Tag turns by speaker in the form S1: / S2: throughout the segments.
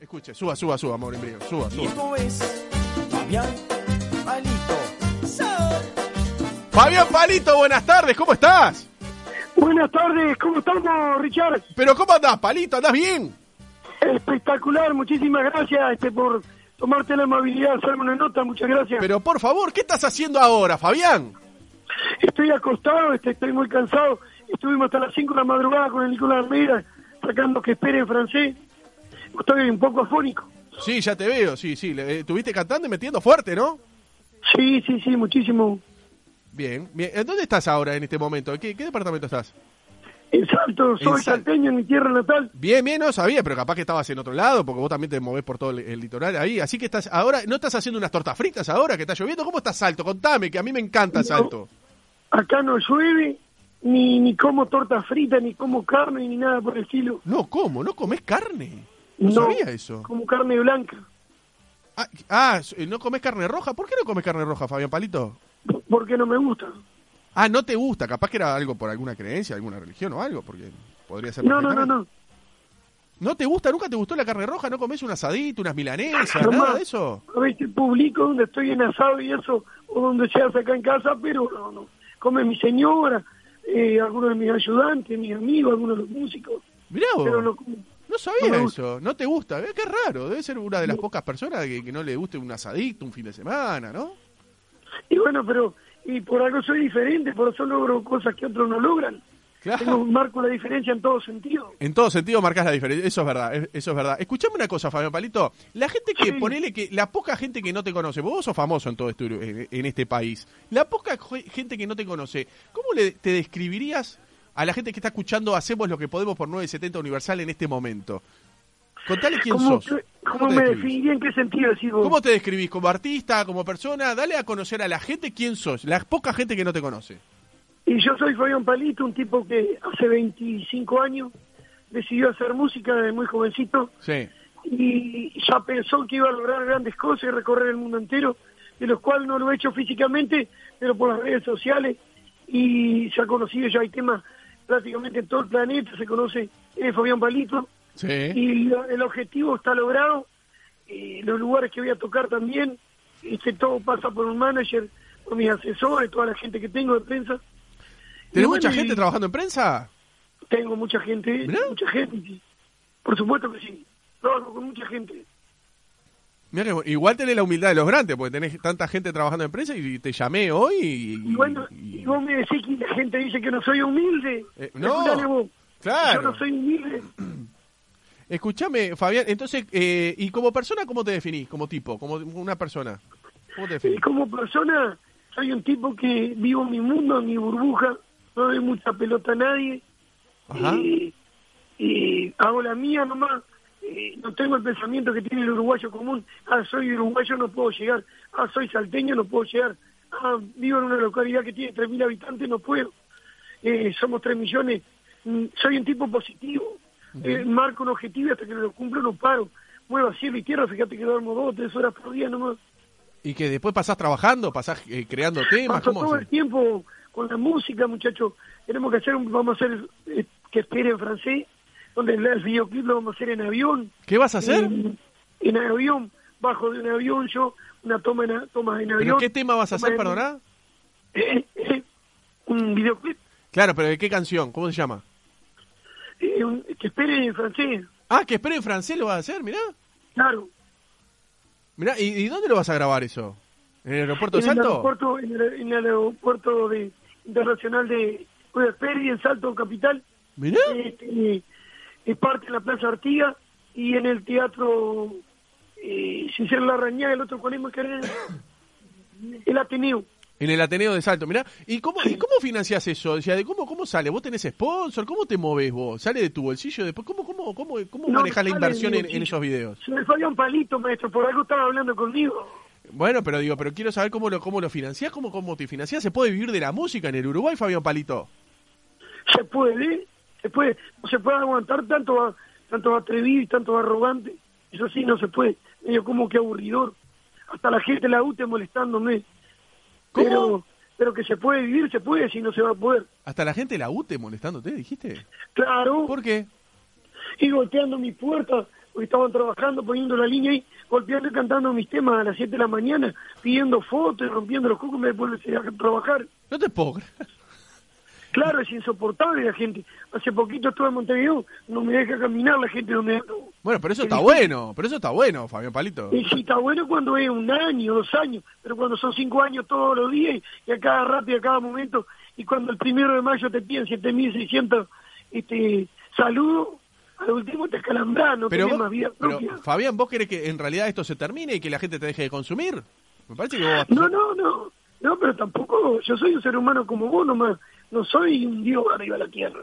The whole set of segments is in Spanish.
S1: Escuche, suba, suba, suba, Mauro Imbrío. Suba, suba.
S2: ¿Cómo es? Fabián Palito. Sao.
S1: Fabián Palito, buenas tardes, ¿cómo estás?
S3: Buenas tardes, ¿cómo estamos, Richard?
S1: Pero ¿cómo andás, Palito? ¿Andás bien?
S3: Espectacular, muchísimas gracias este, por tomarte la amabilidad de hacerme una nota, muchas gracias.
S1: Pero por favor, ¿qué estás haciendo ahora, Fabián?
S3: Estoy acostado, este, estoy muy cansado. Estuvimos hasta las 5 de la madrugada con el Nicolás Almeida, sacando que espere en francés. Estoy un poco afónico.
S1: Sí, ya te veo, sí, sí. Le- eh, Estuviste cantando y metiendo fuerte, ¿no?
S3: Sí, sí, sí, muchísimo.
S1: Bien, bien. Eh, ¿Dónde estás ahora en este momento? ¿En ¿Qué, qué departamento estás?
S3: En Salto, soy
S1: En Sal-
S3: salteño en mi tierra natal.
S1: Bien, bien, no sabía, pero capaz que estabas en otro lado, porque vos también te movés por todo el, el litoral ahí. Así que estás ahora, ¿no estás haciendo unas tortas fritas ahora que está lloviendo? ¿Cómo está Salto? Contame, que a mí me encanta
S3: No.
S1: Salto.
S3: Acá no llueve, ni, ni como torta frita, ni como carne, ni nada por el estilo.
S1: No, ¿cómo? ¿No comés carne? No, sabía eso.
S3: Como carne blanca.
S1: Ah, ah, ¿no comés carne roja? ¿Por qué no comes carne roja, Fabián Palito?
S3: Porque no me gusta.
S1: Ah, no te gusta, capaz que era algo por alguna creencia, alguna religión o algo, porque podría ser.
S3: No, no, no,
S1: perfectamente.
S3: no.
S1: ¿No te gusta? ¿Nunca te gustó la carne roja? ¿No comes un asadito, unas milanesas,
S3: Jamás.
S1: nada de eso?
S3: A veces publico donde estoy en asado y eso, o donde se hace acá en casa, pero no, no. Come mi señora, eh, algunos de mis ayudantes, mis amigos, algunos de los músicos,
S1: Mirá vos.
S3: pero no como.
S1: No sabía
S3: No me gusta.
S1: eso, no te gusta, eh, qué raro, debe ser una de las pocas personas que, que no le guste un asadito, un fin de semana, ¿no?
S3: Y bueno, pero y por algo soy diferente, por eso logro cosas que otros no logran. Tengo,
S1: Claro.
S3: marco la diferencia en todo sentido.
S1: En todo sentido marcas la diferencia, eso es verdad, es- eso es verdad. Escuchame una cosa, Fabián Palito, la gente que,
S3: Sí.
S1: ponele que, la poca gente que no te conoce, porque vos sos famoso en todo este, en, en este país, la poca jo- gente que no te conoce, ¿cómo le, te describirías a la gente que está escuchando Hacemos lo que podemos por 970 Universal en este momento? Contale quién
S3: ¿Cómo,
S1: sos.
S3: que-
S1: ¿Cómo
S3: cómo
S1: te
S3: me
S1: describís?
S3: definiría en qué sentido? decís vos?
S1: ¿Cómo te describís? ¿Como artista? ¿Como persona? Dale a conocer a la gente quién sos. La poca gente que no te conoce.
S3: Y yo soy Fabián Palito, un tipo que hace 25 años decidió hacer música desde muy jovencito.
S1: Sí.
S3: y ya pensó que iba a lograr grandes cosas y recorrer el mundo entero, de los cuales no lo he hecho físicamente, pero por las redes sociales y se ha conocido, ya hay temas prácticamente en todo el planeta, se conoce eh, Fabián Palito
S1: Sí.
S3: y la- el objetivo está logrado, eh, los lugares que voy a tocar también, este todo pasa por un manager, por mis asesores, toda la gente que tengo de prensa. Y
S1: ¿Tenés
S3: bueno,
S1: mucha
S3: y
S1: gente trabajando en prensa?
S3: Tengo mucha gente,
S1: Mirá.
S3: mucha gente, sí. por supuesto que sí, trabajo con mucha gente.
S1: Mirá que bueno. igual tenés la humildad de los grandes, porque tenés tanta gente trabajando en prensa y te llamé hoy y...
S3: Y bueno,
S1: y-
S3: y vos me decís que la gente dice que no soy humilde.
S1: Eh, no,
S3: Escuchame vos.
S1: claro.
S3: Yo no soy humilde.
S1: Escuchame, Fabián, entonces, eh, ¿y como persona cómo te definís? Como tipo, como una persona. ¿Cómo te
S3: Y
S1: definís?
S3: como persona, soy un tipo que vivo mi mundo, mi burbuja. No doy mucha pelota a nadie.
S1: Ajá.
S3: Eh, eh, hago la mía nomás. Eh, no tengo el pensamiento que tiene el uruguayo común. Ah, soy uruguayo, no puedo llegar. Ah, soy salteño, no puedo llegar. Ah, vivo en una localidad que tiene 3.000 habitantes, no puedo. Eh, somos 3 millones. Mm, Soy un tipo positivo. Eh, marco un objetivo y hasta que lo cumplo, no paro. Muevo a cielo y tierra, fíjate que duermo dos, tres horas por día nomás.
S1: Y que después pasás trabajando, pasás eh, creando temas,
S3: Paso
S1: ¿cómo
S3: todo el
S1: haces?
S3: tiempo con la música, muchachos. Tenemos que hacer, un, vamos a hacer eh, que espere en francés, donde el, el videoclip lo vamos a hacer en avión.
S1: ¿Qué vas a hacer?
S3: En, en avión, bajo de un avión, yo, una toma en, a- toma en
S1: ¿Pero
S3: avión.
S1: qué tema vas a hacer,
S3: Bueno,
S1: perdoná?
S3: eh, eh, un videoclip
S1: Claro, pero ¿de qué canción? ¿Cómo se llama?
S3: eh, un- que espere en francés,
S1: Ah, que espere en francés lo vas a hacer, mirá.
S3: claro.
S1: Mirá, ¿y, y dónde lo vas a grabar eso? ¿En el aeropuerto de
S3: En el
S1: Salto?
S3: aeropuerto, en el, en el aeropuerto de, internacional de Perry, en Salto Capital.
S1: Mirá.
S3: este, es parte de la Plaza Artigas y en el Teatro eh, Cicero Larrañá, el otro colismo que era el- el Ateneo.
S1: En el Ateneo de Salto, mirá. ¿Y cómo, y cómo financiás eso? O sea, ¿de cómo, ¿cómo sale? ¿Vos tenés sponsor? ¿Cómo te moves vos? ¿Sale de tu bolsillo? después ¿Cómo, cómo, cómo, cómo
S3: No,
S1: manejás la
S3: sale
S1: inversión
S3: de
S1: en,
S3: mi
S1: en esos videos?
S3: Se me falla un palito, maestro, por algo estaba hablando conmigo.
S1: Bueno, pero digo, pero quiero saber cómo lo, cómo lo financiás, cómo, cómo te financiás. ¿Se puede vivir de la música en el Uruguay, Fabián Palito?
S3: Se puede, se puede, no se puede aguantar tanto, a- tanto atrevido y tanto arrogante. Eso sí, no se puede. Medio como que aburridor. Hasta la gente de la UTE molestándome.
S1: ¿Cómo?
S3: Pero, pero que se puede vivir, se puede, si no se va a poder.
S1: Hasta la gente de la UTE molestándote, dijiste.
S3: Claro.
S1: ¿Por qué?
S3: y golpeando mi puerta, porque estaban trabajando, poniendo la línea ahí, golpeando y cantando mis temas a las 7 de la mañana, pidiendo fotos, rompiendo los cocos, me después de trabajar.
S1: No te puedo creer.
S3: Claro, es insoportable la gente. Hace poquito estuve en Montevideo, no me deja caminar la gente, no me
S1: Bueno, pero eso está bueno, pero eso está bueno, Fabián Palito.
S3: Y sí, está bueno cuando es un año, dos años, pero cuando son cinco años todos los días y a cada rato y a cada momento, y cuando el primero de mayo te piden 7.600 este, saludos, al último te escalambran, no
S1: Pero,
S3: tenés
S1: vos-
S3: más vida
S1: pero,
S3: propia.
S1: Fabián, ¿vos querés que en realidad esto se termine y que la gente te deje de consumir? Me parece que vos...
S3: No, no, no, no, pero tampoco, yo soy un ser humano como vos nomás, no soy un dios arriba de la tierra.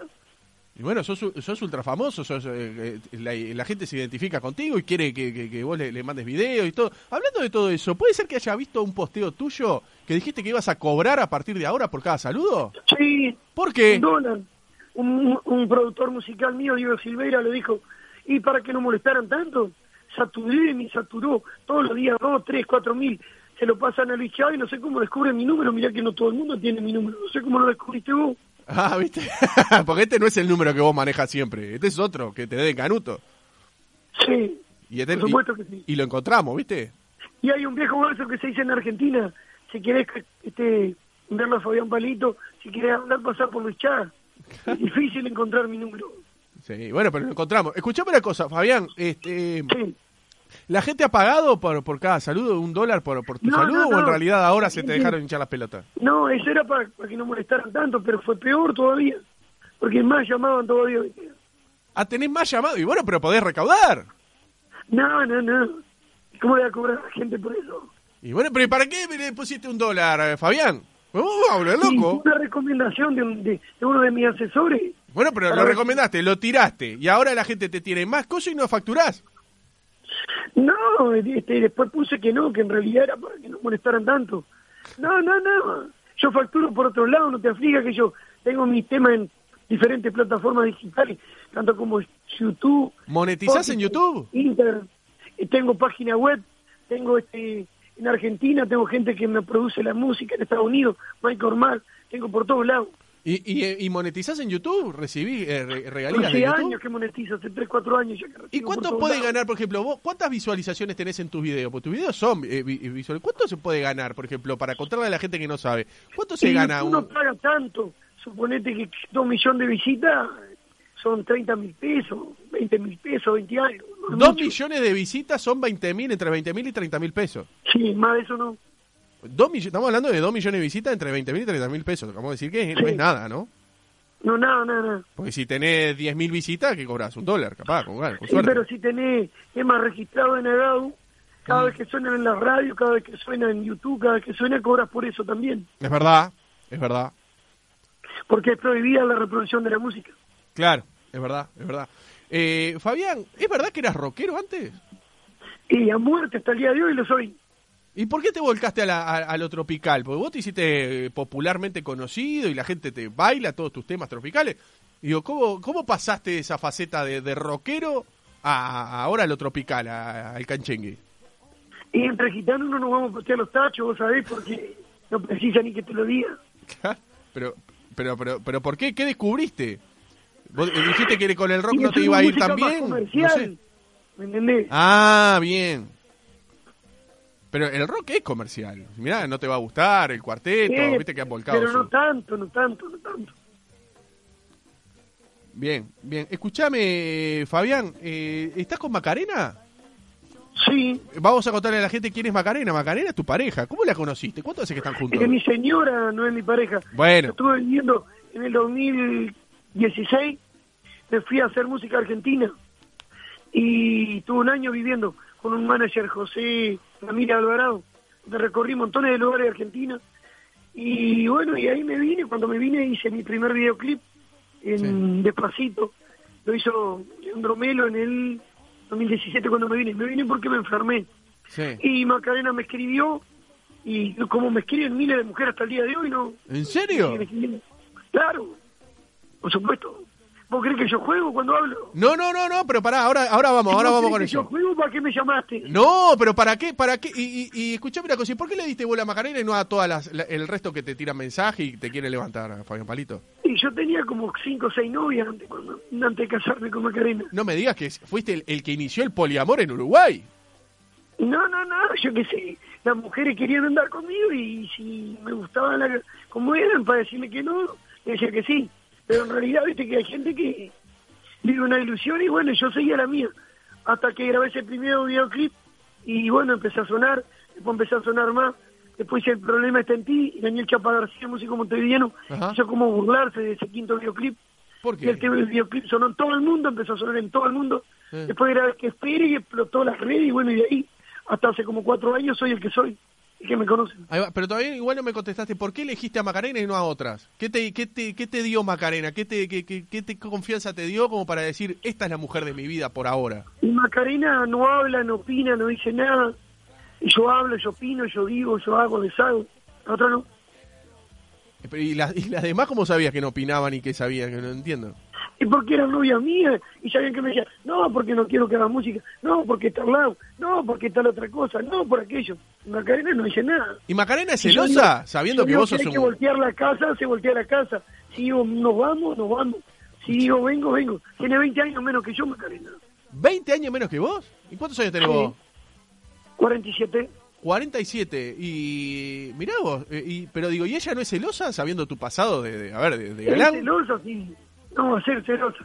S1: Y bueno, sos, sos ultra famoso, sos, eh, eh, la, la gente se identifica contigo y quiere que, que- que vos le, le mandes videos y todo. Hablando de todo eso, ¿puede ser que haya visto un posteo tuyo que dijiste que ibas a cobrar a partir de ahora por cada saludo?
S3: Sí,
S1: ¿Por qué?
S3: un dólar. Un, un productor musical mío, Diego Silveira, le dijo, y para que no molestaran tanto, saturé, me saturó, todos los días dos, tres, cuatro mil, se lo pasan a Luis Chávez, no sé cómo descubre mi número, mirá que no todo el mundo tiene mi número, no sé cómo lo descubriste vos.
S1: Ah, ¿viste? Porque este no es el número que vos manejas siempre. Este es otro, que te den canuto.
S3: Sí,
S1: Y, este-
S3: por supuesto que sí.
S1: y lo encontramos, ¿viste?
S3: Y hay un viejo verso que se dice en Argentina, si querés este, verlo a Fabián Palito, si querés andar pasar por Luis Chávez, es difícil encontrar mi número.
S1: Sí, bueno, pero lo encontramos. Escuchame una cosa, Fabián. Este,
S3: Sí.
S1: ¿La gente ha pagado por, por cada saludo un dólar por, por tu
S3: No,
S1: saludo
S3: no, no.
S1: o en realidad ahora se te
S3: Sí, sí.
S1: dejaron hinchar las pelotas?
S3: No, eso era para, para que no molestaran tanto, pero fue peor todavía. Porque más llamaban todavía.
S1: Ah, tenés más llamado. Y bueno, pero podés recaudar.
S3: No, no, no. ¿Cómo le voy a cobrar a la gente por eso?
S1: Y bueno, pero ¿y ¿para qué me le pusiste un dólar, eh, Fabián? Pues vos vas a volver
S3: Y
S1: loco.
S3: Una recomendación de, un- de- de uno de mis asesores.
S1: Bueno, pero lo
S3: Para-
S1: recomendaste, lo tiraste. Y ahora la gente te tiene más cosas y no facturás.
S3: No, este, después puse que no, que en realidad era para que no molestaran tanto. No, no, no. Yo facturo por otro lado, no te aflijas que yo tengo mis temas en diferentes plataformas digitales, tanto como YouTube.
S1: ¿Monetizás en YouTube?
S3: Instagram. Y tengo página web, tengo este en Argentina, tengo gente que me produce la música en Estados Unidos, Michael Ormal, tengo por todos lados.
S1: ¿Y, y, y monetizás en YouTube? ¿Recibí eh, re- regalías de
S3: Hace años
S1: YouTube?
S3: que monetizo, hace 3, 4 años ya que
S1: ¿Y
S3: recibo por
S1: cuánto
S3: todos
S1: puede
S3: lados.
S1: ganar, por ejemplo, vos? ¿Cuántas visualizaciones tenés en tus videos? Porque tus videos son eh, vi- visual- ¿Cuánto se puede ganar, por ejemplo, para contarle a la gente que no sabe? ¿Cuánto se
S3: Y
S1: gana
S3: uno
S1: un-
S3: paga tanto, suponete que 2 millones de visitas son 30 mil pesos, 20 mil pesos, 20 algo. no es
S1: Dos
S3: mucho.
S1: millones de visitas son 20 mil, entre 20 mil y 30 mil pesos.
S3: Sí, más de eso no.
S1: Dos millo- estamos hablando de 2 millones de visitas entre 20 mil y 30 mil pesos. Vamos a decir que no
S3: Sí.
S1: es nada, ¿no?
S3: No, nada, nada, nada.
S1: Porque si tenés 10 mil visitas, que cobras un dólar, capaz, con, gan- con
S3: Sí,
S1: suerte.
S3: pero si tenés temas registrados en Agau, cada
S1: Mm.
S3: vez que suenan en la radio, cada vez que suena en YouTube, cada vez que suena, cobras por eso también.
S1: Es verdad, es verdad.
S3: Porque es prohibida la reproducción de la música.
S1: Claro, es verdad, es verdad. Eh, Fabián, ¿es verdad que eras rockero antes?
S3: Y a muerte hasta el día de hoy lo soy.
S1: ¿Y por qué te volcaste a la- a- a lo tropical? Porque vos te hiciste eh, popularmente conocido y la gente te baila todos tus temas tropicales. Digo, ¿cómo, cómo pasaste de esa faceta de, de rockero a, a ahora a lo tropical, a- al canchengue?
S3: Y entre gitanos no nos vamos a patear los tachos, vos sabés, porque no precisa ni que te lo diga.
S1: pero, pero, pero, pero, ¿por qué? ¿Qué descubriste? ¿Vos eh, dijiste que con el rock
S3: Y
S1: no
S3: es
S1: te
S3: una
S1: iba a ir
S3: música
S1: tan
S3: más
S1: bien? No
S3: comercial,
S1: sé.
S3: ¿Me entendés?
S1: Ah, bien. Pero el rock es comercial. Mirá, no te va a gustar, el cuarteto,
S3: Eh,
S1: viste que han volcado.
S3: pero no
S1: su-
S3: tanto, no tanto, no tanto.
S1: Bien, bien. Escuchame, Fabián, eh, ¿estás con Macarena?
S3: Sí,
S1: Vamos a contarle a la gente quién es Macarena. Macarena es tu pareja. ¿Cómo la conociste? ¿Cuánto hace que están
S3: es
S1: juntos?
S3: que mi señora no es mi pareja. Yo
S1: Bueno,
S3: estuve viviendo en el 2016, me fui a hacer música argentina y tuve un año viviendo con un manager José Ramírez Alvarado, donde recorrí montones de lugares de Argentina y bueno, y ahí me vine, cuando me vine hice mi primer videoclip en
S1: Sí.
S3: Despacito, lo hizo Leandro Melo en el 2017 cuando me vine, me vine porque me enfermé.
S1: sí.
S3: Y Macarena me escribió, y como me escriben miles de mujeres hasta el día de hoy, no.
S1: ¿En serio?
S3: Claro, por supuesto. ¿Vos crees que yo juego cuando hablo?
S1: No, no, no, no, pero pará, ahora, ahora vamos,
S3: ¿Y
S1: ahora
S3: vos
S1: vamos
S3: crees
S1: con
S3: que
S1: eso.
S3: ¿Yo juego para qué me llamaste?
S1: No, pero ¿para qué? ¿Para qué? Y, y, y escuchame una cosa, ¿y por qué le diste bola a Macarena y no a todas las, la- el resto que te tiran mensaje y te quiere levantar, Fabián Palito?
S3: Y yo tenía como cinco o seis novias antes, cuando- antes de casarme con Macarena.
S1: No me digas que fuiste el, el que inició el poliamor en Uruguay.
S3: No, no, no, yo qué sé. Las mujeres querían andar conmigo y si me gustaba la, como eran para decirme que no, le decía que sí. Pero en realidad, viste que hay gente que vive una ilusión y bueno, yo seguía la mía. Hasta que grabé ese primer videoclip y bueno, empecé a sonar, después empecé a sonar más. Después hice El Problema Está en Ti, y Daniel Chapa García, músico montevideano,
S1: Ajá.
S3: hizo como burlarse de ese quinto videoclip.
S1: ¿Por
S3: Y el
S1: qué?
S3: tema del videoclip sonó en todo el mundo, empezó a sonar en todo el mundo.
S1: Eh.
S3: Después era que espere y explotó las redes y bueno, y de ahí hasta hace como cuatro años soy el que soy, el que me conocen.
S1: Ahí va, pero todavía igual no me contestaste, ¿por qué elegiste a Macarena y no a otras? ¿Qué te, qué te, qué te dio Macarena? ¿Qué te, qué, qué- qué te- qué confianza te dio como para decir, esta es la mujer de mi vida por ahora?
S3: Y Macarena no habla, no opina, no dice nada. Y yo hablo, yo opino, yo digo, yo hago, deshago. La otra no.
S1: ¿Y las, y las demás cómo sabías que no opinaban y que sabían? Que no entiendo.
S3: Y porque eran novias mías y sabían que me decían, no, porque no quiero que haga música, no, porque está al lado, no, porque tal otra cosa, no, por aquello. Macarena no dice nada.
S1: ¿Y Macarena es
S3: Y yo
S1: celosa?
S3: digo,
S1: Sabiendo
S3: yo
S1: que
S3: digo,
S1: vos sos
S3: "Tenés
S1: un...
S3: que voltear la casa, se voltea la casa. Si digo, nos vamos, nos vamos. Si digo, vengo, vengo. Tiene 20 años menos que yo, Macarena.
S1: 20 años menos que vos. ¿Y cuántos años tenés
S3: Sí.
S1: vos?
S3: 47.
S1: 47. Y mirá vos, eh, y- pero digo, ¿y ella no es celosa sabiendo tu pasado de, de- a ver, de, de
S3: Es
S1: galán?
S3: celosa, sí. No, va a ser celosa.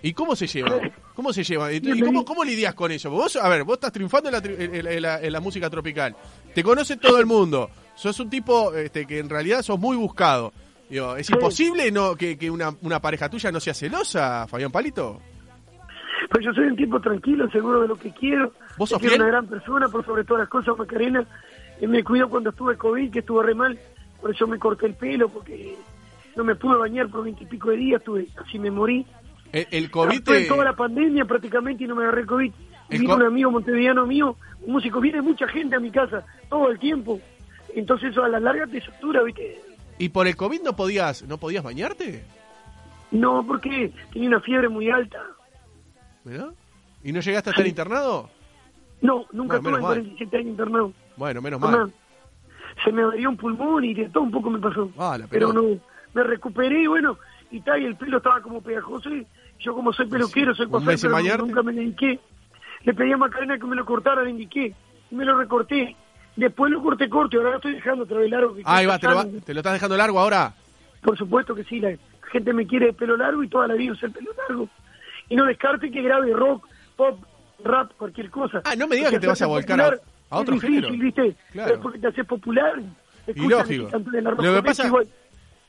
S1: ¿Y cómo se lleva? ¿Cómo se lleva? ¿Y
S3: Bien,
S1: y cómo,
S3: vení.
S1: cómo lidias con eso? Porque Vos, a ver, vos estás triunfando en la, tri- en- en la- en la música tropical. Te conoce todo el mundo. Sos un tipo este, que en realidad sos muy buscado. Digo, ¿Es
S3: Sí.
S1: imposible no que, que una, una pareja tuya no sea celosa, Fabián Palito?
S3: Pero yo soy un tipo tranquilo, seguro de lo que quiero.
S1: ¿Vos sos
S3: Soy
S1: fiel?
S3: una gran persona, por sobre todas las cosas, Macarena. Eh, me cuidó cuando estuve COVID, que estuve re mal. Por eso me corté el pelo, porque no me pude bañar por 20 y pico de días. Estuve, casi me morí.
S1: El, el COVID
S3: Estuve
S1: te-
S3: en toda la pandemia prácticamente y no me agarré el COVID.
S1: El
S3: Vino
S1: co-
S3: un amigo montevideano mío, un músico, viene mucha gente a mi casa todo el tiempo. Entonces eso a la larga te satura, ¿viste?
S1: ¿Y por el COVID no podías, no podías bañarte?
S3: No, porque tenía una fiebre muy alta.
S1: Mirá. ¿Y no llegaste a estar internado?
S3: No,
S1: Bueno,
S3: nunca estuve
S1: menos
S3: en
S1: mal.
S3: 47 años internado.
S1: Bueno, menos
S3: Jamás.
S1: mal.
S3: Se me averió un pulmón y de todo un poco me pasó.
S1: Ah, la
S3: Pero
S1: pelota.
S3: no, me recuperé y bueno, y tal, y el pelo estaba como pegajoso y yo como soy peluquero, soy
S1: Un
S3: coser,
S1: mes sin
S3: pero
S1: bañarte.
S3: nunca me dediqué. Le pedí a Macarena que me lo cortara, le indiqué, y me lo recorté. Después lo corté corto y ahora lo estoy dejando otra vez largo. que
S1: Ah, Ahí va, te
S3: quiero
S1: lo, va-
S3: cortarlo.
S1: te lo estás dejando largo ahora.
S3: Por supuesto que sí, la gente me quiere de pelo largo y toda la vida usé el pelo largo. Y no descarte que grabe rock, pop, rap, cualquier cosa.
S1: Ah, no me digas
S3: Porque
S1: que te vas a
S3: hacerte
S1: volcar a-
S3: popular
S1: a otro
S3: es difícil,
S1: género.
S3: ¿viste?
S1: Claro.
S3: Pero Porque te haces popular. escuchan
S1: lógico.
S3: que cantan de la
S1: Lo
S3: Rosa
S1: que
S3: Mesa
S1: pasa-
S3: igual.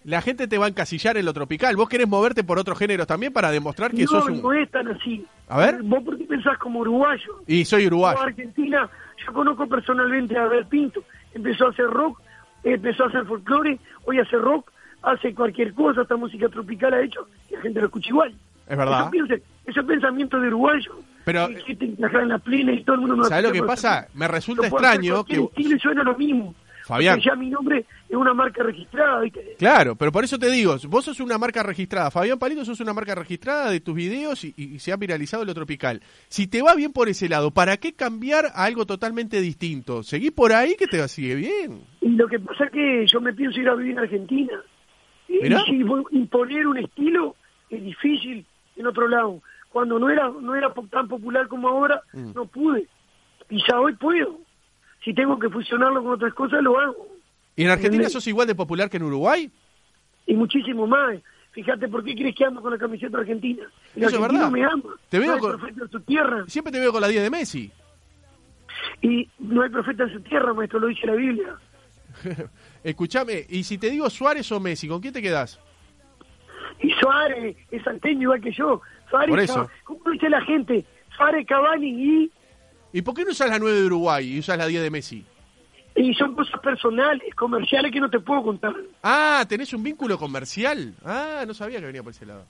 S1: La gente te va a encasillar en lo tropical. Vos querés moverte por otros géneros también para demostrar que
S3: no,
S1: sos un...
S3: no es tan así.
S1: A ver.
S3: Vos porque pensás como uruguayo.
S1: Y soy uruguayo.
S3: Yo, Argentina, yo conozco personalmente a Abel Pinto. Empezó a hacer rock, empezó a hacer folclore, hoy hace rock, hace cualquier cosa, hasta música tropical ha hecho y la gente lo escucha igual.
S1: Es verdad.
S3: Eso, piense- eso es pensamiento de uruguayo.
S1: Pero-
S3: que te encajar en la plena y todo el mundo me va a
S1: ¿Sabés lo
S3: escuchar
S1: que
S3: por
S1: pasa?
S3: hacer-
S1: Me resulta
S3: Yo puedo hacer
S1: extraño
S3: cualquier
S1: que-
S3: estilo y suena lo mismo.
S1: Fabián.
S3: Porque Ya mi nombre es una marca registrada, ¿viste?
S1: Claro, pero por eso te digo, vos sos una marca registrada, Fabián Palito sos una marca registrada de tus videos y, y- y se ha viralizado lo tropical. Si te va bien por ese lado, ¿para qué cambiar a algo totalmente distinto? Seguí por ahí que te va sigue bien.
S3: Y lo que pasa es que yo me pienso ir a vivir a Argentina. Y
S1: Mirá.
S3: si voy a imponer un estilo es difícil en otro lado. Cuando no era no era po- tan popular como ahora,
S1: Mm.
S3: no pude. Y ya hoy puedo. Si tengo que fusionarlo con otras cosas, lo hago.
S1: ¿Y en Argentina
S3: Entendí.
S1: sos igual de popular que en Uruguay?
S3: Y muchísimo más. Fíjate, ¿por qué crees que amo con la camiseta argentina? El
S1: Eso es
S3: argentino
S1: verdad.
S3: me ama.
S1: Te veo
S3: no hay
S1: con-
S3: profeta en su tierra.
S1: Siempre te veo con la 10 de Messi.
S3: Y no hay profeta en su tierra, maestro, lo dice la Biblia.
S1: Escuchame, y si te digo Suárez o Messi, ¿con quién te quedás?
S3: Y Suárez es salteño igual que yo. Suárez,
S1: Por eso.
S3: ¿cómo dice la gente? Suárez, Cavani y,
S1: ¿Y por qué no usas la 9 de Uruguay y usas la 10 de Messi?
S3: y son cosas personales, comerciales que no te puedo contar.
S1: Ah, tenés un vínculo comercial. Ah, no sabía que venía por ese lado.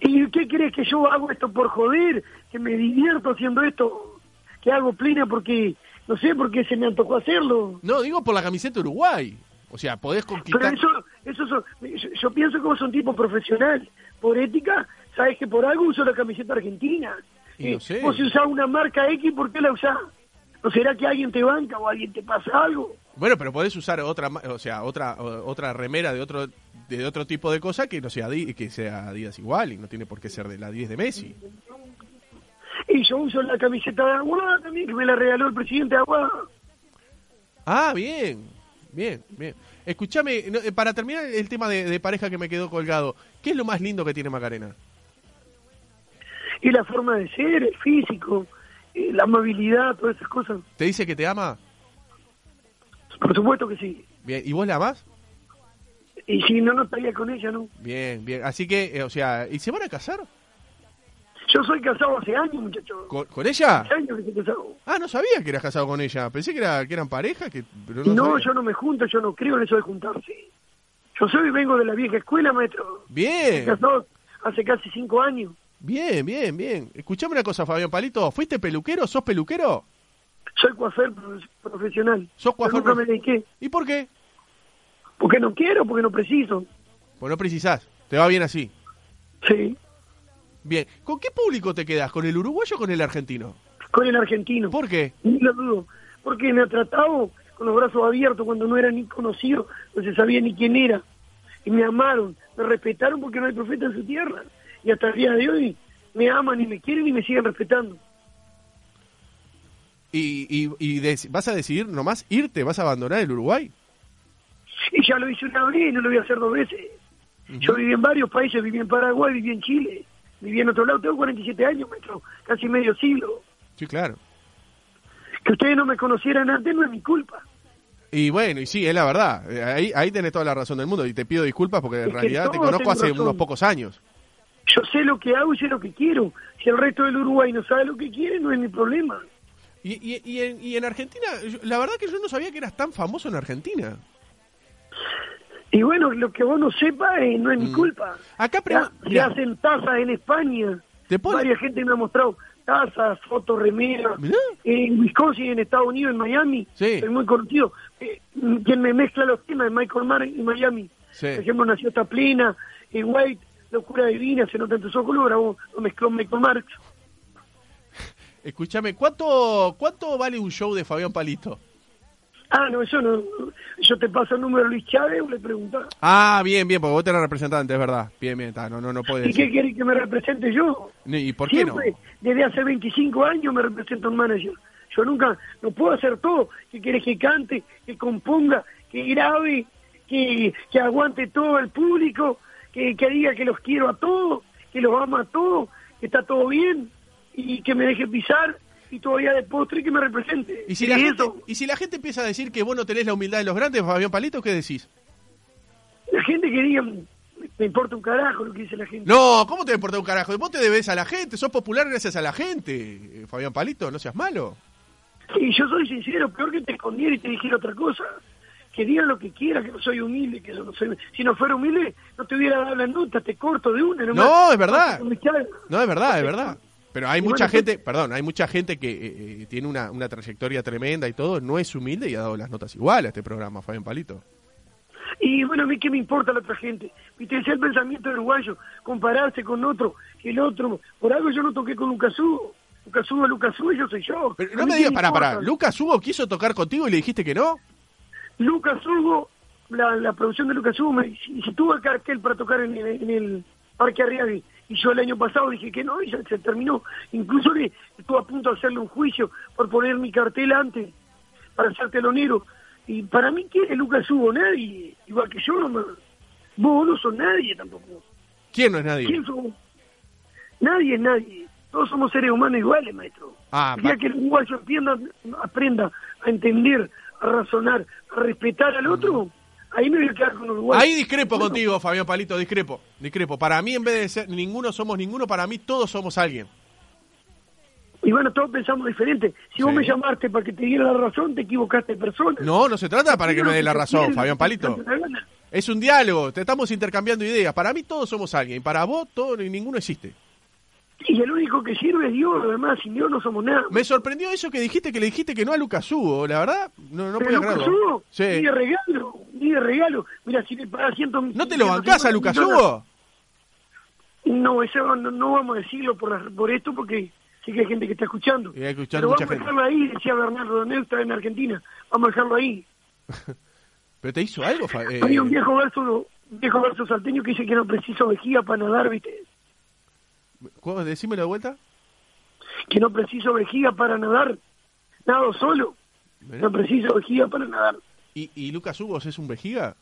S3: ¿Y qué crees que yo hago esto por joder? Que me divierto haciendo esto. Que hago plena porque, no sé, porque se me antojó hacerlo.
S1: No, digo por la camiseta de Uruguay. O sea, podés
S3: Pero
S1: conquistar.
S3: eso, eso son- yo, yo pienso que vos sos un tipo profesional. por ética, sabes que por algo uso la camiseta argentina. Eh,
S1: Y lo sé.
S3: Vos si usás una marca X, ¿por qué la usás? ¿No será que alguien te banca o alguien te pasa algo?
S1: Bueno, pero podés usar otra, ma- o sea, otra o- otra remera de otro de otro tipo de cosa que no sea Adi- que sea Adidas igual y no tiene por qué ser de la 10 de Messi.
S3: Y yo uso la camiseta de Aguada también, que me la regaló el presidente de Aguada.
S1: Ah, bien. Bien, bien. Escúchame, no, eh, para terminar el tema de, de pareja que me quedó colgado, ¿qué es lo más lindo que tiene Macarena?
S3: Y la forma de ser, el físico, eh, la amabilidad, todas esas cosas.
S1: ¿Te dice que te ama?
S3: Por supuesto que sí.
S1: Bien, ¿y vos la amás?
S3: Y si no, no estaría con ella, ¿no?
S1: Bien, bien. Así que, eh, o sea, ¿y se van a casar?
S3: Yo soy casado hace años, muchachos.
S1: ¿Con, con ella?
S3: Hace años que estoy casado.
S1: Ah, no sabía que eras casado con ella. Pensé que, era, que eran pareja. Que, pero no,
S3: No,
S1: sabía.
S3: yo no me junto, yo no creo en eso de juntarse. Yo soy, vengo de la vieja escuela, maestro.
S1: Bien,
S3: Casado hace casi cinco años.
S1: bien, bien, bien. Escuchame una cosa, Fabián Palito. ¿Fuiste peluquero? ¿Sos peluquero?
S3: Soy coafer profe- profesional.
S1: ¿Sos
S3: Yo
S1: coafer
S3: Nunca me
S1: profe-
S3: dediqué.
S1: ¿Y por qué?
S3: Porque no quiero, porque no preciso.
S1: Pues no precisás. Te va bien así.
S3: Sí.
S1: Bien. ¿Con qué público te quedas? ¿Con el uruguayo o con el argentino?
S3: Con el argentino.
S1: ¿Por qué?
S3: Ni lo dudo. Porque me ha tratado con los brazos abiertos cuando no era ni conocido, no se sabía ni quién era. Y me amaron, me respetaron porque no hay profeta en su tierra. Y hasta el día de hoy me aman y me quieren y me siguen respetando.
S1: ¿Y, y, y dec- vas a decidir nomás irte? ¿Vas a abandonar el Uruguay?
S3: Y ya lo hice una vez, no lo voy a hacer dos veces. Yo viví en varios países, viví en Paraguay, viví en Chile, viví en otro lado. Tengo 47 años, maestro, casi medio siglo.
S1: Sí, claro.
S3: Que ustedes no me conocieran antes no es mi culpa.
S1: Y bueno, y sí, es la verdad. Eh, Ahí, ahí tenés toda la razón del mundo. Y te pido disculpas porque en
S3: Es que
S1: realidad te
S3: todos
S1: conozco
S3: tienen
S1: hace
S3: razón.
S1: unos pocos años.
S3: Yo sé lo que hago y sé lo que quiero. Si el resto del Uruguay no sabe lo que quiere, no es mi problema.
S1: Y, y, y en, y en Argentina, yo- la verdad que yo no sabía que eras tan famoso en Argentina.
S3: Y bueno, lo que vos no sepas eh, no es mi culpa.
S1: Mm. Acá
S3: Ya-
S1: pregun-
S3: se
S1: mirá.
S3: hacen tazas en España.
S1: Te pone-
S3: Varias gente me ha mostrado tazas, fotos, remeras.
S1: Mirá.
S3: En Wisconsin, en Estados Unidos, en Miami.
S1: Sí.
S3: Soy muy conocido. Eh, quien me mezcla los temas es Michael Mann y Miami.
S1: Sí.
S3: Por ejemplo, Nació esta plena, en White, Locura Divina, se nota en tus ojos, lo grabó, lo mezcló Michael Marx.
S1: Escúchame, ¿cuánto, ¿cuánto vale un show de Fabián Palito?
S3: Ah, no, eso no. Yo te paso el número de Luis Chávez, vos le preguntás.
S1: Ah, bien, bien, porque vos tenés representante, es verdad. Bien, bien, está, no, no, no puede
S3: ¿Y qué
S1: decir.
S3: querés que me represente yo?
S1: Ni- ¿Y por qué no?
S3: Siempre, desde hace 25 años me representa un manager. Yo nunca, no puedo hacer todo. ¿Qué querés que cante, que componga, que grabe, que, que aguante todo el público, que, que diga que los quiero a todos, que los amo a todos, que está todo bien y que me deje pisar y todavía de postre que me represente?
S1: ¿Y si, la gente,
S3: eso?
S1: y si la gente empieza a decir que vos no tenés la humildad de los grandes, Fabián Palito, ¿qué decís?
S3: La gente que diga, me importa un carajo lo que dice la gente.
S1: No, ¿cómo te importa un carajo? Vos te debes a la gente, sos popular gracias a la gente, eh, Fabián Palito, no seas malo.
S3: Y yo soy sincero, peor que te escondiera y te dijera otra cosa. Que digan lo que quieran, que no soy humilde, que yo no soy... Si no fuera humilde, no te hubiera dado la nota, te corto de una. nomás.
S1: No, es verdad.
S3: Con mi cara.
S1: No, es verdad, es verdad. Pero hay
S3: Y
S1: mucha
S3: bueno,
S1: gente, perdón, hay mucha gente que eh, eh, tiene una, una trayectoria tremenda y todo, no es humilde y ha dado las notas igual a este programa, Fabián Palito.
S3: Y bueno, a mí qué me importa la otra gente. Viste, ese es el pensamiento del uruguayo, compararse con otro, que el otro... Por algo yo no toqué con Lucas Hugo. Lucas Hugo, Lucas Hugo, yo soy yo.
S1: Pero
S3: A
S1: no
S3: mí
S1: me
S3: qué
S1: digas, pará, pará.
S3: importa.
S1: Lucas Hugo quiso tocar contigo y le dijiste que no.
S3: Lucas Hugo, la, la producción de Lucas Hugo, me, si, si tuvo el cartel para tocar en, el- en el Parque Arriagui, y yo el año pasado dije que no, y ya se terminó. Incluso le estuve a punto de hacerle un juicio por poner mi cartel antes, para ser telonero. Y para mí, ¿quién es Lucas Hugo? Nadie, igual que yo nomás. Vos no sos nadie tampoco.
S1: ¿Quién no es nadie?
S3: ¿Quién sos vos? Nadie es nadie. Todos somos seres humanos iguales, maestro.
S1: Ah,
S3: El día
S1: pa-
S3: que el uruguayo entienda, aprenda a entender, a razonar, a respetar al otro, ahí me voy a quedar con Uruguay.
S1: Ahí discrepo
S3: Bueno,
S1: contigo, Fabián Palito, discrepo, discrepo. Para mí, en vez de ser ninguno somos ninguno, para mí todos somos alguien.
S3: Y bueno, todos pensamos diferente. Si vos
S1: Sí.
S3: me llamaste para que te diera la razón, te equivocaste de persona.
S1: No, no se trata para que
S3: Digo
S1: me dé
S3: lo
S1: la
S3: te
S1: razón,
S3: quiero,
S1: Fabián
S3: lo que te
S1: Palito.
S3: cante la gana.
S1: Es un diálogo, te estamos intercambiando ideas. Para mí todos somos alguien, para vos todo, ni- ninguno existe.
S3: Y el único que sirve es Dios, además, sin Dios no somos nada.
S1: Me sorprendió eso que dijiste que le dijiste que no a Lucas Hugo, la verdad, no, no
S3: Pero
S1: podía
S3: Lucas
S1: creerlo.
S3: Hugo,
S1: Sí.
S3: ni de regalo, ni de regalo. Mira, si le pagas 100
S1: ¿No te lo bancás a Lucas Hugo?
S3: No, eso no, no vamos a decirlo por, la- por esto porque sí que hay gente que está escuchando.
S1: Y hay que escuchar
S3: Pero
S1: mucha
S3: vamos a
S1: gente.
S3: dejarlo ahí, decía Bernardo de Neusta en Argentina. Vamos a dejarlo ahí.
S1: ¿Pero te hizo algo? Fa- eh,
S3: Había un viejo verso, un viejo verso salteño que dice que no preciso vejiga para nadar, ¿viste?
S1: ¿cómo? Decímelo de vuelta.
S3: Que no preciso vejiga para nadar. Nado solo.
S1: Mirá.
S3: No preciso vejiga para nadar.
S1: ¿Y, y Lucas Hugos es un vejiga?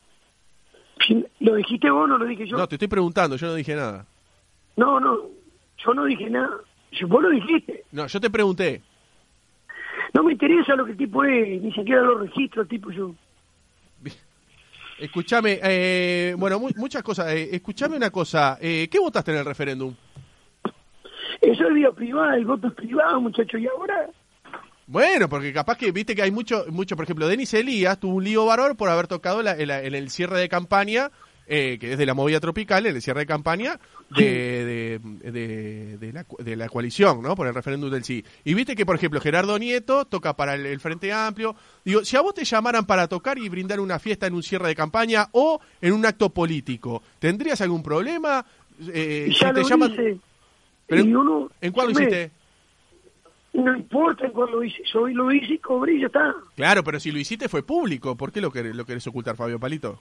S3: ¿Lo dijiste vos o no lo dije yo?
S1: No, te estoy preguntando, yo no dije nada.
S3: No, no, yo no dije nada. Yo- Vos lo dijiste.
S1: No, yo te pregunté.
S3: No me interesa lo que el tipo es, ni siquiera lo registro, el tipo yo.
S1: Escúchame, eh, bueno, mu- muchas cosas. Eh, escúchame una cosa. Eh, ¿Qué votaste en el referéndum?
S3: Eso es vida privada, el voto es privado, muchacho. Y ahora,
S1: Bueno, porque capaz que viste que hay mucho, mucho por ejemplo, Denis Elías tuvo un lío bárbaro por haber tocado la- en, la- en el cierre de campaña, eh, que es de la movida tropical, en el cierre de campaña de, de, de- de la, cu- de la coalición, ¿no? Por el referéndum del sí. Y viste que, por ejemplo, Gerardo Nieto toca para el, el Frente Amplio. Digo, si a vos te llamaran para tocar y brindar una fiesta en un cierre de campaña o en un acto político, ¿tendrías algún problema? Eh,
S3: ya
S1: si te
S3: lo
S1: llaman-
S3: hice.
S1: Pero
S3: y
S1: en-
S3: uno,
S1: ¿En cuál lo
S3: me-
S1: hiciste?
S3: No importa en cuál lo hice. Yo lo hice y cobré y ya está.
S1: Claro, pero si lo hiciste fue público. ¿Por qué lo querés, lo querés ocultar, Fabio Palito?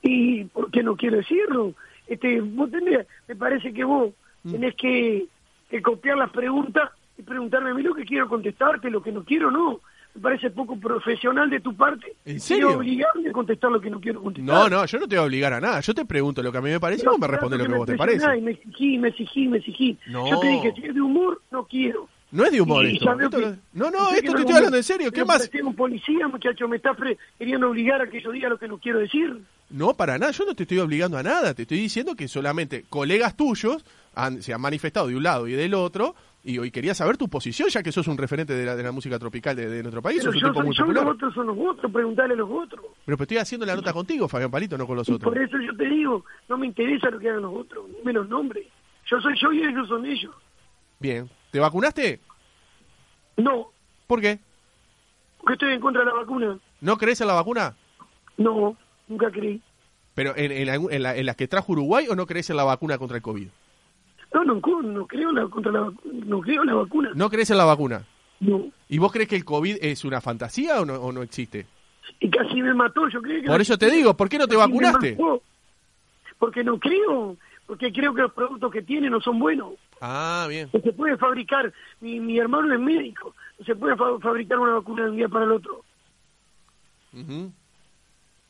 S3: ¿Y por qué no quiero decirlo? Este, vos tenés, me parece que vos
S1: Mm.
S3: tenés que, que copiar las preguntas y preguntarme a mí lo que quiero contestarte, lo que no quiero no. Me parece poco profesional de tu parte.
S1: ¿En serio?
S3: Y obligarme a contestar lo que no quiero contestar.
S1: No, no, yo no te voy a obligar a nada. Yo te pregunto lo que a mí me parece y vos me respondes lo que vos te
S3: presionás
S1: parece.
S3: Y me exigí, me exigí, me exigí.
S1: No.
S3: Yo te dije, si es de humor, no quiero.
S1: No es de humor
S3: Y
S1: esto.
S3: ya veo
S1: Esto
S3: que-
S1: lo- no, no,
S3: sé que
S1: esto te
S3: es
S1: estoy
S3: humor,
S1: hablando en serio. ¿Qué
S3: pero
S1: más?
S3: parecés un policía, muchacho, me estás pre- queriendo obligar a que yo diga lo que no quiero decir.
S1: No, para nada. Yo no te estoy obligando a nada. Te estoy diciendo que solamente colegas tuyos han- se han manifestado de un lado y del otro. Y hoy quería saber tu posición, ya que sos un referente de la, de la música tropical de, de nuestro país.
S3: Pero
S1: sos un
S3: yo
S1: tipo
S3: soy
S1: muy
S3: yo, los
S1: popular.
S3: otros son los otros, preguntale a los otros.
S1: Pero estoy haciendo la nota contigo, Fabián Palito, no con los
S3: Y por
S1: otros.
S3: eso yo te digo, no me interesa lo que hagan los otros, ni menos nombres. Yo soy yo y ellos son ellos.
S1: Bien. ¿Te vacunaste?
S3: No,
S1: ¿Por qué?
S3: porque estoy en contra de la vacuna.
S1: ¿No crees en la vacuna?
S3: No, nunca creí.
S1: ¿Pero en, en, algún- en la- en las que trajo Uruguay o no crees en la vacuna contra el COVID?
S3: No, no, no creo en la, contra la, vacu- no creo en la vacuna.
S1: ¿No crees en la vacuna?
S3: No.
S1: ¿Y vos crees que el COVID es una fantasía o no, o no existe?
S3: Y casi me mató, yo creo que...
S1: Por eso te digo, ¿por qué no te
S3: casi me
S1: vacunaste?
S3: mató. Porque no creo, porque creo que los productos que tiene no son buenos.
S1: Ah, bien.
S3: No se puede fabricar, mi, mi hermano es médico, no se puede fa- fabricar una vacuna de un día para el otro.
S1: Ujú.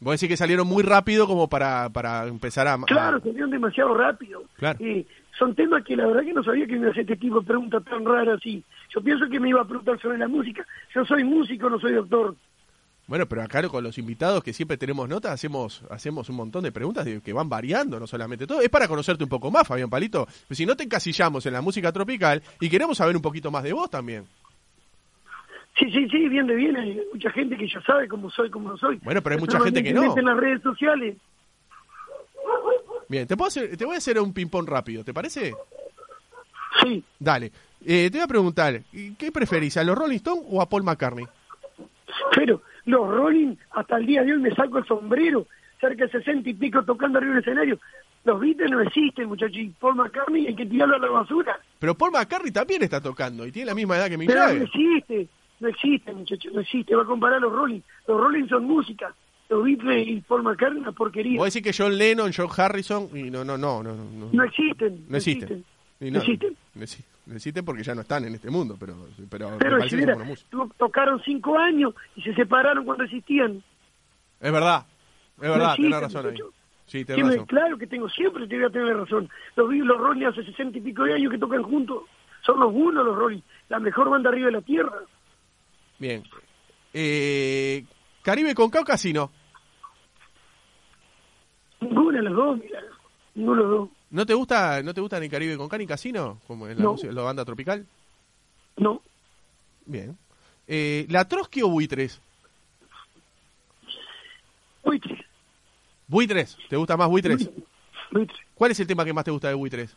S1: Vos decís que salieron muy rápido como para, para empezar a... a-
S3: Claro, salieron demasiado rápido.
S1: Ah. Claro.
S3: Eh, son temas que la verdad que no sabía que me hacía este tipo de preguntas tan raras así. Yo pienso que me iba a preguntar sobre la música. Yo soy músico, no soy doctor.
S1: Bueno, pero acá con los invitados que siempre tenemos notas, hacemos, hacemos un montón de preguntas de- que van variando, no solamente todo. Es para conocerte un poco más, Fabián Palito. Pero si no te encasillamos en la música tropical y queremos saber un poquito más de vos también.
S3: Sí, sí, sí, bien de bien. Hay mucha gente que ya sabe cómo soy, cómo no soy.
S1: Bueno, pero hay mucha gente que
S3: Solamente
S1: no.
S3: mete en las redes sociales.
S1: Bien, te, puedo hacer- te voy a hacer un ping-pong rápido, ¿te parece?
S3: Sí.
S1: Dale. Eh, te voy a preguntar, ¿qué preferís, a los Rolling Stones o a Paul McCartney?
S3: Pero los Rolling, hasta el día de hoy me saco el sombrero. Cerca de 60 y pico tocando arriba del escenario. Los Beatles no existen, muchachos. Y Paul McCartney hay que tirarlo a la basura.
S1: Pero Paul McCartney también está tocando y tiene la misma edad que mi
S3: Pero no
S1: clave.
S3: existe, no existe, muchachos, no existe. Va a comparar los Rolling. Los Rolling son música. Los Beatles y Paul McCartney, una porquería.
S1: Vos decís que John Lennon, John Harrison, y no, no, no, no, no,
S3: No existen.
S1: no existen. Y
S3: No existen.
S1: no exi- no existen porque ya no están en este mundo, pero, pero, me
S3: Pero
S1: parece
S3: si
S1: que son
S3: hubiera-
S1: buena música.
S3: to- tocaron cinco años y se separaron cuando existían.
S1: Es verdad, es verdad,
S3: existen,
S1: tenés razón ahí.
S3: muchacho.
S1: Sí, tenés
S3: Siempre-
S1: razón.
S3: claro que tengo, siempre te voy a tener razón. Los, Beatles, los Rolling hace sesenta y pico de años que tocan juntos. Son los unos los Rolling, la mejor banda arriba de la tierra.
S1: Bien. Eh, Caribe con K o Casino.
S3: Ninguna de las dos, mira. Ninguno de los dos.
S1: ¿No te gusta, no te gusta ni Caribe con K ni Casino? Como en la,
S3: No.
S1: música- la banda tropical.
S3: No.
S1: Bien. Eh, ¿La Trotsky o Buitres?
S3: Buitres.
S1: Buitres, ¿te gusta más Buitres?
S3: Buitres.
S1: ¿Cuál es el tema que más te gusta de Buitres?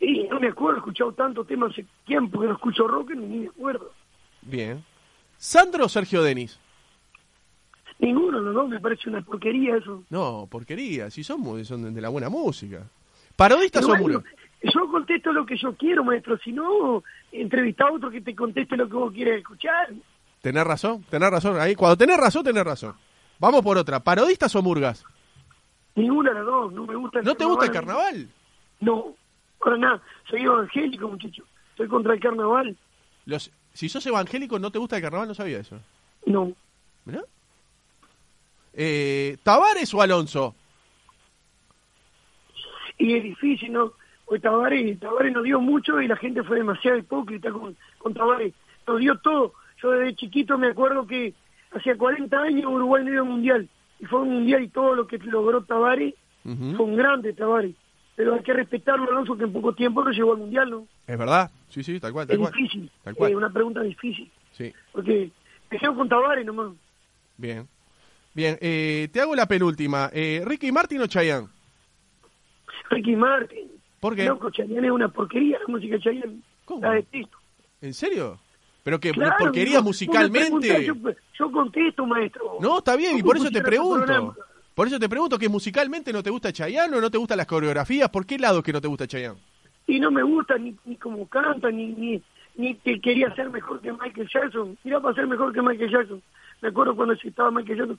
S3: Y no me acuerdo, he escuchado tantos temas hace tiempo que no escucho rock, ni me acuerdo.
S1: Bien. ¿Sandro o Sergio Denis?
S3: Ninguno de los dos me parece una porquería eso.
S1: No, porquería, si son, mu- son de la buena música. Parodistas son
S3: Pero bueno,
S1: muros.
S3: yo contesto lo que yo quiero, maestro. Si no, entrevista a otro que te conteste lo que vos quieres escuchar.
S1: Tenés razón, tenés razón. Ahí, cuando tenés razón, tenés razón. Vamos por otra. ¿Parodistas o murgas?
S3: Ninguna de las dos, no me gusta el
S1: ¿No te gusta el carnaval?
S3: No, para nada. Soy evangélico, muchacho. Soy contra el carnaval.
S1: Los, si sos evangélico, no te gusta el carnaval, no sabía eso.
S3: No,
S1: Mirá. Eh, ¿Tavares o Alonso?
S3: y es difícil, ¿no? Porque Tabaré, Tabaré nos dio mucho y la gente fue demasiado hipócrita con, con Tabaré. Nos dio todo. Yo desde chiquito me acuerdo que hacía 40 años Uruguay no iba al mundial. Y fue un mundial y todo lo que logró Tabaré
S1: Ujú.
S3: fue un grande Tabaré. Pero hay que respetarlo, Alonso, que en poco tiempo no llegó al mundial, ¿no?
S1: Es verdad. Sí, sí, tal cual, tal
S3: Es
S1: cual.
S3: difícil.
S1: Tal cual.
S3: Es una pregunta difícil.
S1: Sí,
S3: Porque me quedo con Tabaré nomás.
S1: bien. Bien, eh, te hago la penúltima. Eh, ¿Ricky Martin o Chayanne?
S3: Ricky Martin.
S1: ¿Por qué?
S3: Loco, Chayanne es una porquería la música de Chayanne.
S1: ¿Cómo?
S3: La detesto.
S1: ¿En serio? Pero que
S3: Claro,
S1: porquería
S3: vos- vos me
S1: musicalmente.
S3: preguntás, Yo, yo contesto, maestro.
S1: No, está bien, y
S3: ¿Cómo
S1: por eso te
S3: funciona tu
S1: pregunto.
S3: programa?
S1: Por eso te pregunto que musicalmente no te gusta Chayanne o no te gustan las coreografías. ¿Por qué lado es que no te gusta Chayanne?
S3: Y no me gusta ni, ni cómo canta, ni, ni, ni que quería ser mejor que Michael Jackson. Mirá para ser mejor que Michael Jackson. Me acuerdo cuando yo estaba Michael Jackson,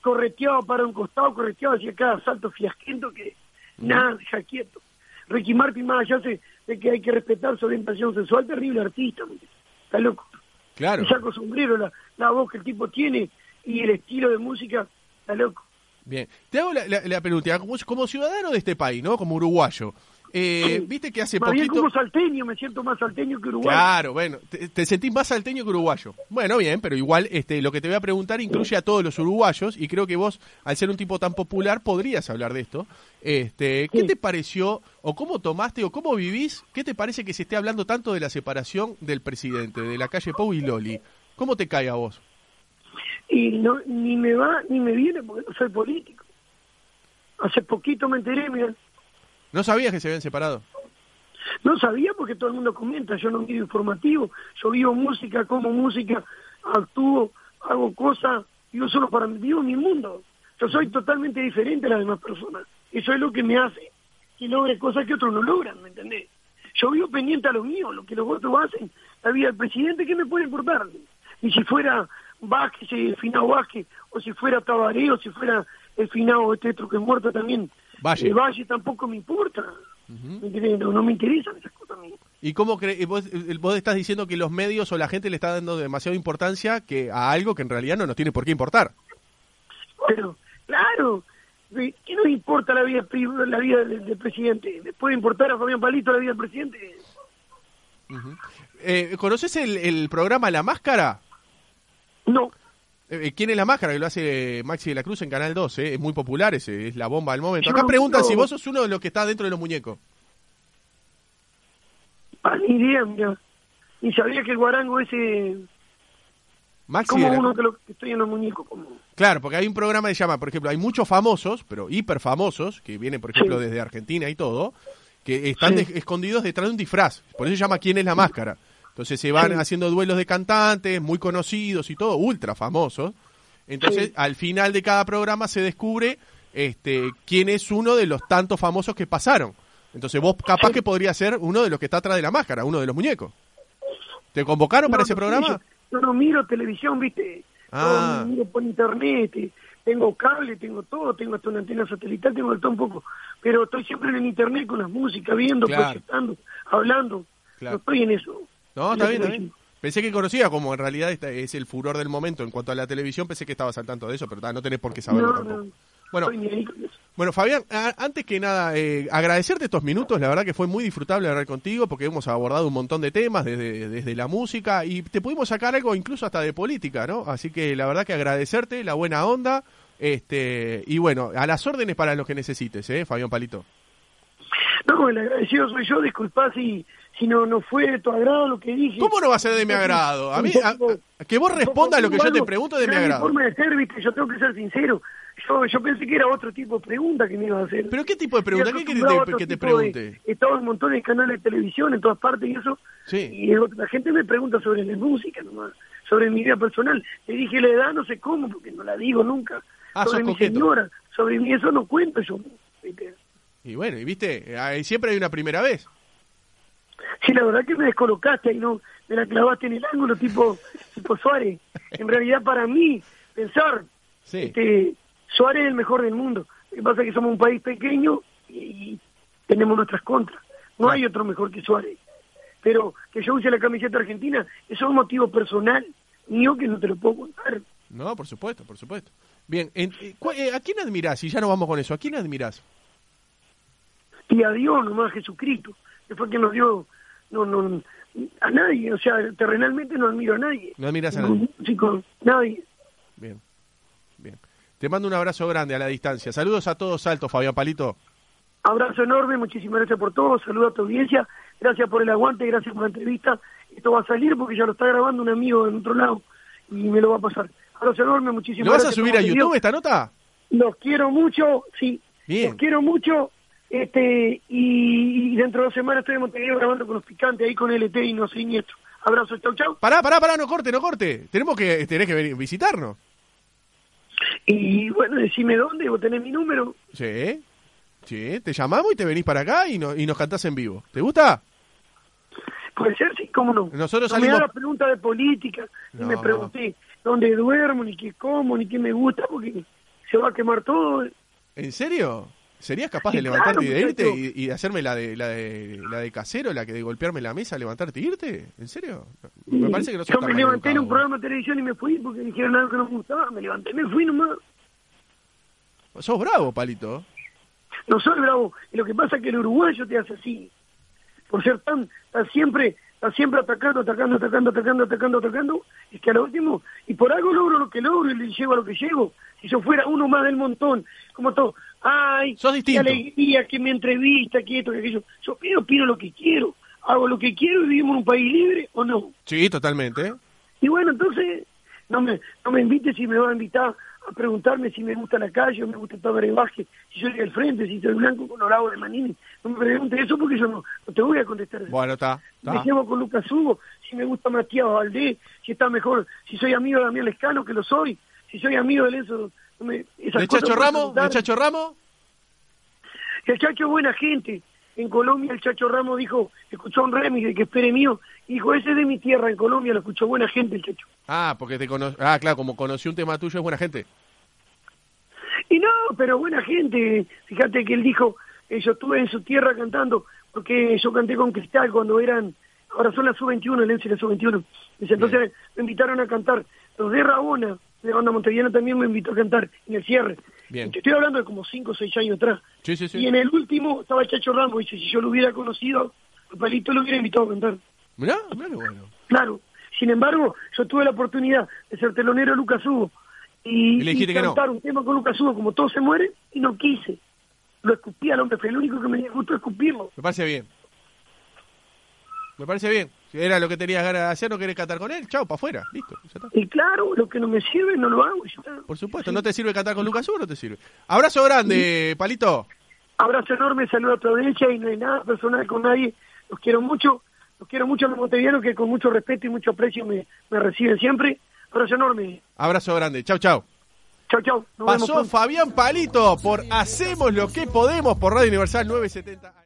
S3: correteaba para un costado, correteaba hacia cada salto fiasquento que nada, ya quieto. Ricky Martin más allá se- de que hay que respetar su orientación sexual, terrible artista, mire. está loco.
S1: Claro.
S3: El saco sombrero, la, la voz que el tipo tiene y el estilo de música, está loco.
S1: Bien, te hago la, la- la pregunta, como, como ciudadano de este país, ¿no? Como uruguayo, eh, viste que hace
S3: más bien
S1: poquito...
S3: como salteño, me siento más salteño que uruguayo.
S1: Claro, bueno, te, te sentís más salteño que uruguayo. Bueno, bien, pero igual este, lo que te voy a preguntar incluye a todos los uruguayos y creo que vos, al ser un tipo tan popular, podrías hablar de esto. Este, ¿Qué
S3: Sí.
S1: te pareció o cómo tomaste o cómo vivís? ¿Qué te parece que se esté hablando tanto de la separación del presidente, de la calle Pau y Loli? ¿Cómo te cae a vos?
S3: Y no, ni me va ni me viene porque no soy político. Hace poquito me enteré, mira.
S1: ¿No sabías que se habían separado?
S3: No sabía porque todo el mundo comenta, yo no miro informativo, yo vivo música, como música, actúo, hago cosas, yo solo para mí, vivo mi mundo. Yo soy totalmente diferente a las demás personas. Eso es lo que me hace que logre cosas que otros no logran, ¿me entendés? Yo vivo pendiente a lo mío, lo que los otros hacen, la vida del presidente, ¿qué me puede importar? Y si fuera Vázquez, el finado Vázquez, o si fuera Tabaré, o si fuera el finado este otro que es muerto también,
S1: Valle.
S3: el Valle tampoco me importa. ¿Me entendés? No, no me interesan esas cosas a mí.
S1: ¿Y cómo cre- vos, eh, vos estás diciendo que los medios o la gente le está dando demasiada importancia que a algo que en realidad no nos tiene por qué importar?
S3: Pero, claro, ¿de ¿qué nos importa la vida pri- la vida del, del presidente? ¿Le puede importar a Fabián Palito la vida del presidente?
S1: Eh, ¿Conoces el, el programa La Máscara?
S3: No,
S1: Eh, ¿Quién es la máscara? Que lo hace Maxi de la Cruz en Canal 2, eh, es muy popular ese, es la bomba del momento.
S3: Yo
S1: Acá
S3: no
S1: preguntan
S3: quiero-
S1: si vos sos uno de los que está dentro de los muñecos.
S3: para ni idea, mira. Ni sabía que el guarango ese,
S1: Maxi
S3: como
S1: de la
S3: uno
S1: Cruz.
S3: que, lo, que estoy en los muñecos, como...
S1: Claro, porque hay un programa que se llama, por ejemplo, hay muchos famosos, pero hiper famosos, que vienen, por ejemplo,
S3: Sí.
S1: desde Argentina y todo, que están
S3: Sí.
S1: de- escondidos detrás de un disfraz. Por eso se llama ¿Quién es la máscara? Entonces se van
S3: Sí.
S1: haciendo duelos de cantantes muy conocidos y todo, ultra famosos. Entonces,
S3: Sí.
S1: al final de cada programa se descubre este, quién es uno de los tantos famosos que pasaron. Entonces vos capaz
S3: Sí.
S1: que podría ser uno de los que está atrás de la máscara, uno de los muñecos. ¿Te convocaron para
S3: No,
S1: ese
S3: no,
S1: programa?
S3: Yo, yo no miro televisión, ¿viste?
S1: Ah.
S3: No, miro por internet, eh, tengo cable, tengo todo, tengo hasta una antena satelital, tengo de todo un poco. Pero estoy siempre en el internet con las músicas, viendo,
S1: Claro.
S3: proyectando, hablando.
S1: Claro.
S3: No estoy en eso.
S1: No,
S3: En la
S1: está bien, está
S3: televisión.
S1: bien. Pensé que conocía, como en realidad esta- es el furor del momento en cuanto a la televisión, pensé que estabas al tanto de eso, pero ta, no tenés por qué saberlo
S3: No,
S1: tampoco.
S3: no.
S1: Bueno,
S3: Estoy ni ahí con eso.
S1: bueno, Fabián, a- antes que nada, eh, agradecerte estos minutos, la verdad que fue muy disfrutable hablar contigo porque hemos abordado un montón de temas, desde, desde la música, y te pudimos sacar algo incluso hasta de política, ¿no? Así que la verdad que agradecerte, la buena onda, este y bueno, a las órdenes para los que necesites, ¿eh, Fabián Palito?
S3: No, el agradecido soy yo, disculpá si, si no, no fue de tu agrado lo que dije.
S1: ¿Cómo no va a ser de mi agrado? A mí, a- a- que vos respondas a lo que yo te pregunto es de mi
S3: Era
S1: agrado.
S3: forma de ser, ¿viste? Yo tengo que ser sincero. Yo, yo pensé que era otro tipo de pregunta que me ibas a hacer.
S1: ¿Pero qué tipo de pregunta? ¿Qué querés
S3: acostumbrado
S1: que
S3: a
S1: te-
S3: otro
S1: que te
S3: tipo de-
S1: pregunte?
S3: He estado en montones de canales de televisión, en todas partes y eso.
S1: Sí.
S3: Y el otro- la gente me pregunta sobre la música nomás. sobre mi vida personal. Le dije la edad, no sé cómo, porque no la digo nunca.
S1: Ah,
S3: sobre
S1: sos
S3: mi
S1: coqueto.
S3: señora, sobre mi, eso no cuento yo. ¿viste?
S1: Y bueno, y viste, ahí siempre hay una primera vez.
S3: Sí, la verdad que me descolocaste ahí, ¿no? Me la clavaste en el ángulo, tipo, tipo Suárez. En realidad, para mí, pensar,
S1: Sí.
S3: este, Suárez es el mejor del mundo. Lo que pasa es que somos un país pequeño y, y tenemos nuestras contras. No hay otro mejor que Suárez. Pero que yo use la camiseta argentina, eso es un motivo personal mío que no te lo puedo contar.
S1: No, por supuesto, por supuesto. Bien, en- eh, cu- eh, ¿a quién admirás? Y ya no vamos con eso, ¿a quién admirás?
S3: y a Dios nomás a Jesucristo que fue quien nos dio no no a nadie o sea terrenalmente no admiro a nadie
S1: No admirás a
S3: Ningún
S1: nadie.
S3: músico, nadie
S1: Bien, bien. Te mando un abrazo grande a la distancia. Saludos a todos altos, Fabián Palito.
S3: abrazo enorme muchísimas gracias por todo saludo a tu audiencia gracias por el aguante gracias por la entrevista esto va a salir porque ya lo está grabando un amigo en otro lado y me lo va a pasar abrazo enorme muchísimas
S1: ¿Lo vas a
S3: gracias,
S1: subir a
S3: como te digo.
S1: YouTube esta nota?
S3: los quiero mucho sí
S1: Bien.
S3: los quiero mucho este y, y dentro de dos semanas estoy en Montevideo grabando con los picantes ahí con LT y no siniestro abrazo chau chau
S1: Pará, pará, pará, no corte, no corte. Tenemos que, tenés que venir, visitarnos.
S3: Y bueno, decime dónde, vos tenés mi número.
S1: Sí, sí. Te llamamos y te venís para acá y, no- y nos cantás en vivo. ¿Te gusta?
S3: Puede ser, sí, cómo no.
S1: Nosotros
S3: no
S1: salimos-
S3: me hagas preguntas de política. y
S1: No.
S3: me pregunté dónde duermo, ni qué como, ni qué me gusta, porque se va a quemar todo.
S1: ¿En serio? ¿Serías capaz
S3: Sí,
S1: de levantarte
S3: claro,
S1: y de irte
S3: muchacho.
S1: y, y hacerme la de, la de la de casero, la que de golpearme la mesa, levantarte y irte? ¿En serio? Me parece que no sos
S3: Yo
S1: tan
S3: me levanté en
S1: maleducado,
S3: un
S1: vos.
S3: programa de televisión y me fui porque dijeron algo que no me gustaba. Me levanté, me fui nomás.
S1: Sos bravo, Palito.
S3: No soy bravo. Y lo que pasa es que el uruguayo te hace así. Por ser tan, tan siempre, tan siempre atacando, atacando, atacando, atacando, atacando, atacando, es que a lo último, y por algo logro lo que logro y le llego a lo que llego. Si yo fuera uno más del montón, como todo, ay,
S1: Sos
S3: qué
S1: distinto.
S3: alegría, que me entrevista, que esto, que aquello. Yo yo opino lo que quiero, hago lo que quiero y vivimos en un país libre o no.
S1: Sí, totalmente.
S3: Y bueno, entonces, no me, no me invite si me va a invitar a preguntarme si me gusta la calle, o me gusta tomar brebaje, si soy del frente, si soy blanco, colorado de manini. No me pregunte eso porque yo no, no te voy a contestar.
S1: Bueno, está.
S3: Me llevo con Lucas Hugo, si me gusta Matías Valdés, si está mejor, si soy amigo de Damián Lescano, que lo soy, si soy amigo de Lenzo. no me- esas
S1: ¿De
S3: cosas
S1: Chacho
S3: no
S1: Ramos?
S3: me
S1: ¿De
S3: preguntaron.
S1: Chacho Ramos?
S3: El Chacho es buena gente. En Colombia el Chacho Ramos dijo, escuchó a un remix de que espere mío, y dijo, ese es de mi tierra, en Colombia lo escuchó buena gente el Chacho.
S1: Ah, porque te cono... Ah, claro, como conocí un tema tuyo, es buena gente.
S3: Y no, pero buena gente. Fíjate que él dijo, eh, yo estuve en su tierra cantando, porque yo canté con Cristal cuando eran, ahora son las sub-21, el ENSE y la sub-21. Dice, entonces me invitaron a cantar. Los de Rabona, de Banda Montevideana, también me invitó a cantar en el cierre.
S1: Bien.
S3: Y Te estoy hablando de como 5 o 6 años atrás.
S1: Sí, sí, sí.
S3: Y en el último estaba el Chacho Ramos, dice, si yo lo hubiera conocido, a Palito lo hubiera invitado a cantar.
S1: Mirá, mirá qué bueno.
S3: Claro. Sin embargo, yo tuve la oportunidad de ser telonero de Lucas Hugo y,
S1: Y le dijiste
S3: y
S1: que no.
S3: cantar un tema con Lucas Hugo como todos se mueren y no quise. Lo escupí al hombre, fue el único que me dio gusto escupirlo.
S1: Me parece bien. Me parece bien. Si era lo que tenías ganas de hacer, no querés cantar con él, chao, para afuera. Listo, ya está.
S3: Y claro, lo que no me sirve no lo hago. y ya está.
S1: Por supuesto, no te sirve cantar con Lucas Hugo, no te sirve. Abrazo grande, Palito.
S3: Abrazo enorme, saludo a tu audiencia y no hay nada personal con nadie. Los quiero mucho, los quiero mucho a los montevideanos que con mucho respeto y mucho aprecio me, me reciben siempre. Abrazo enorme.
S1: Abrazo grande, chao, chao.
S3: Chao, chao. Nos vemos
S1: Pasó
S3: pronto.
S1: Fabián Palito por Hacemos lo que podemos por Radio Universal 970.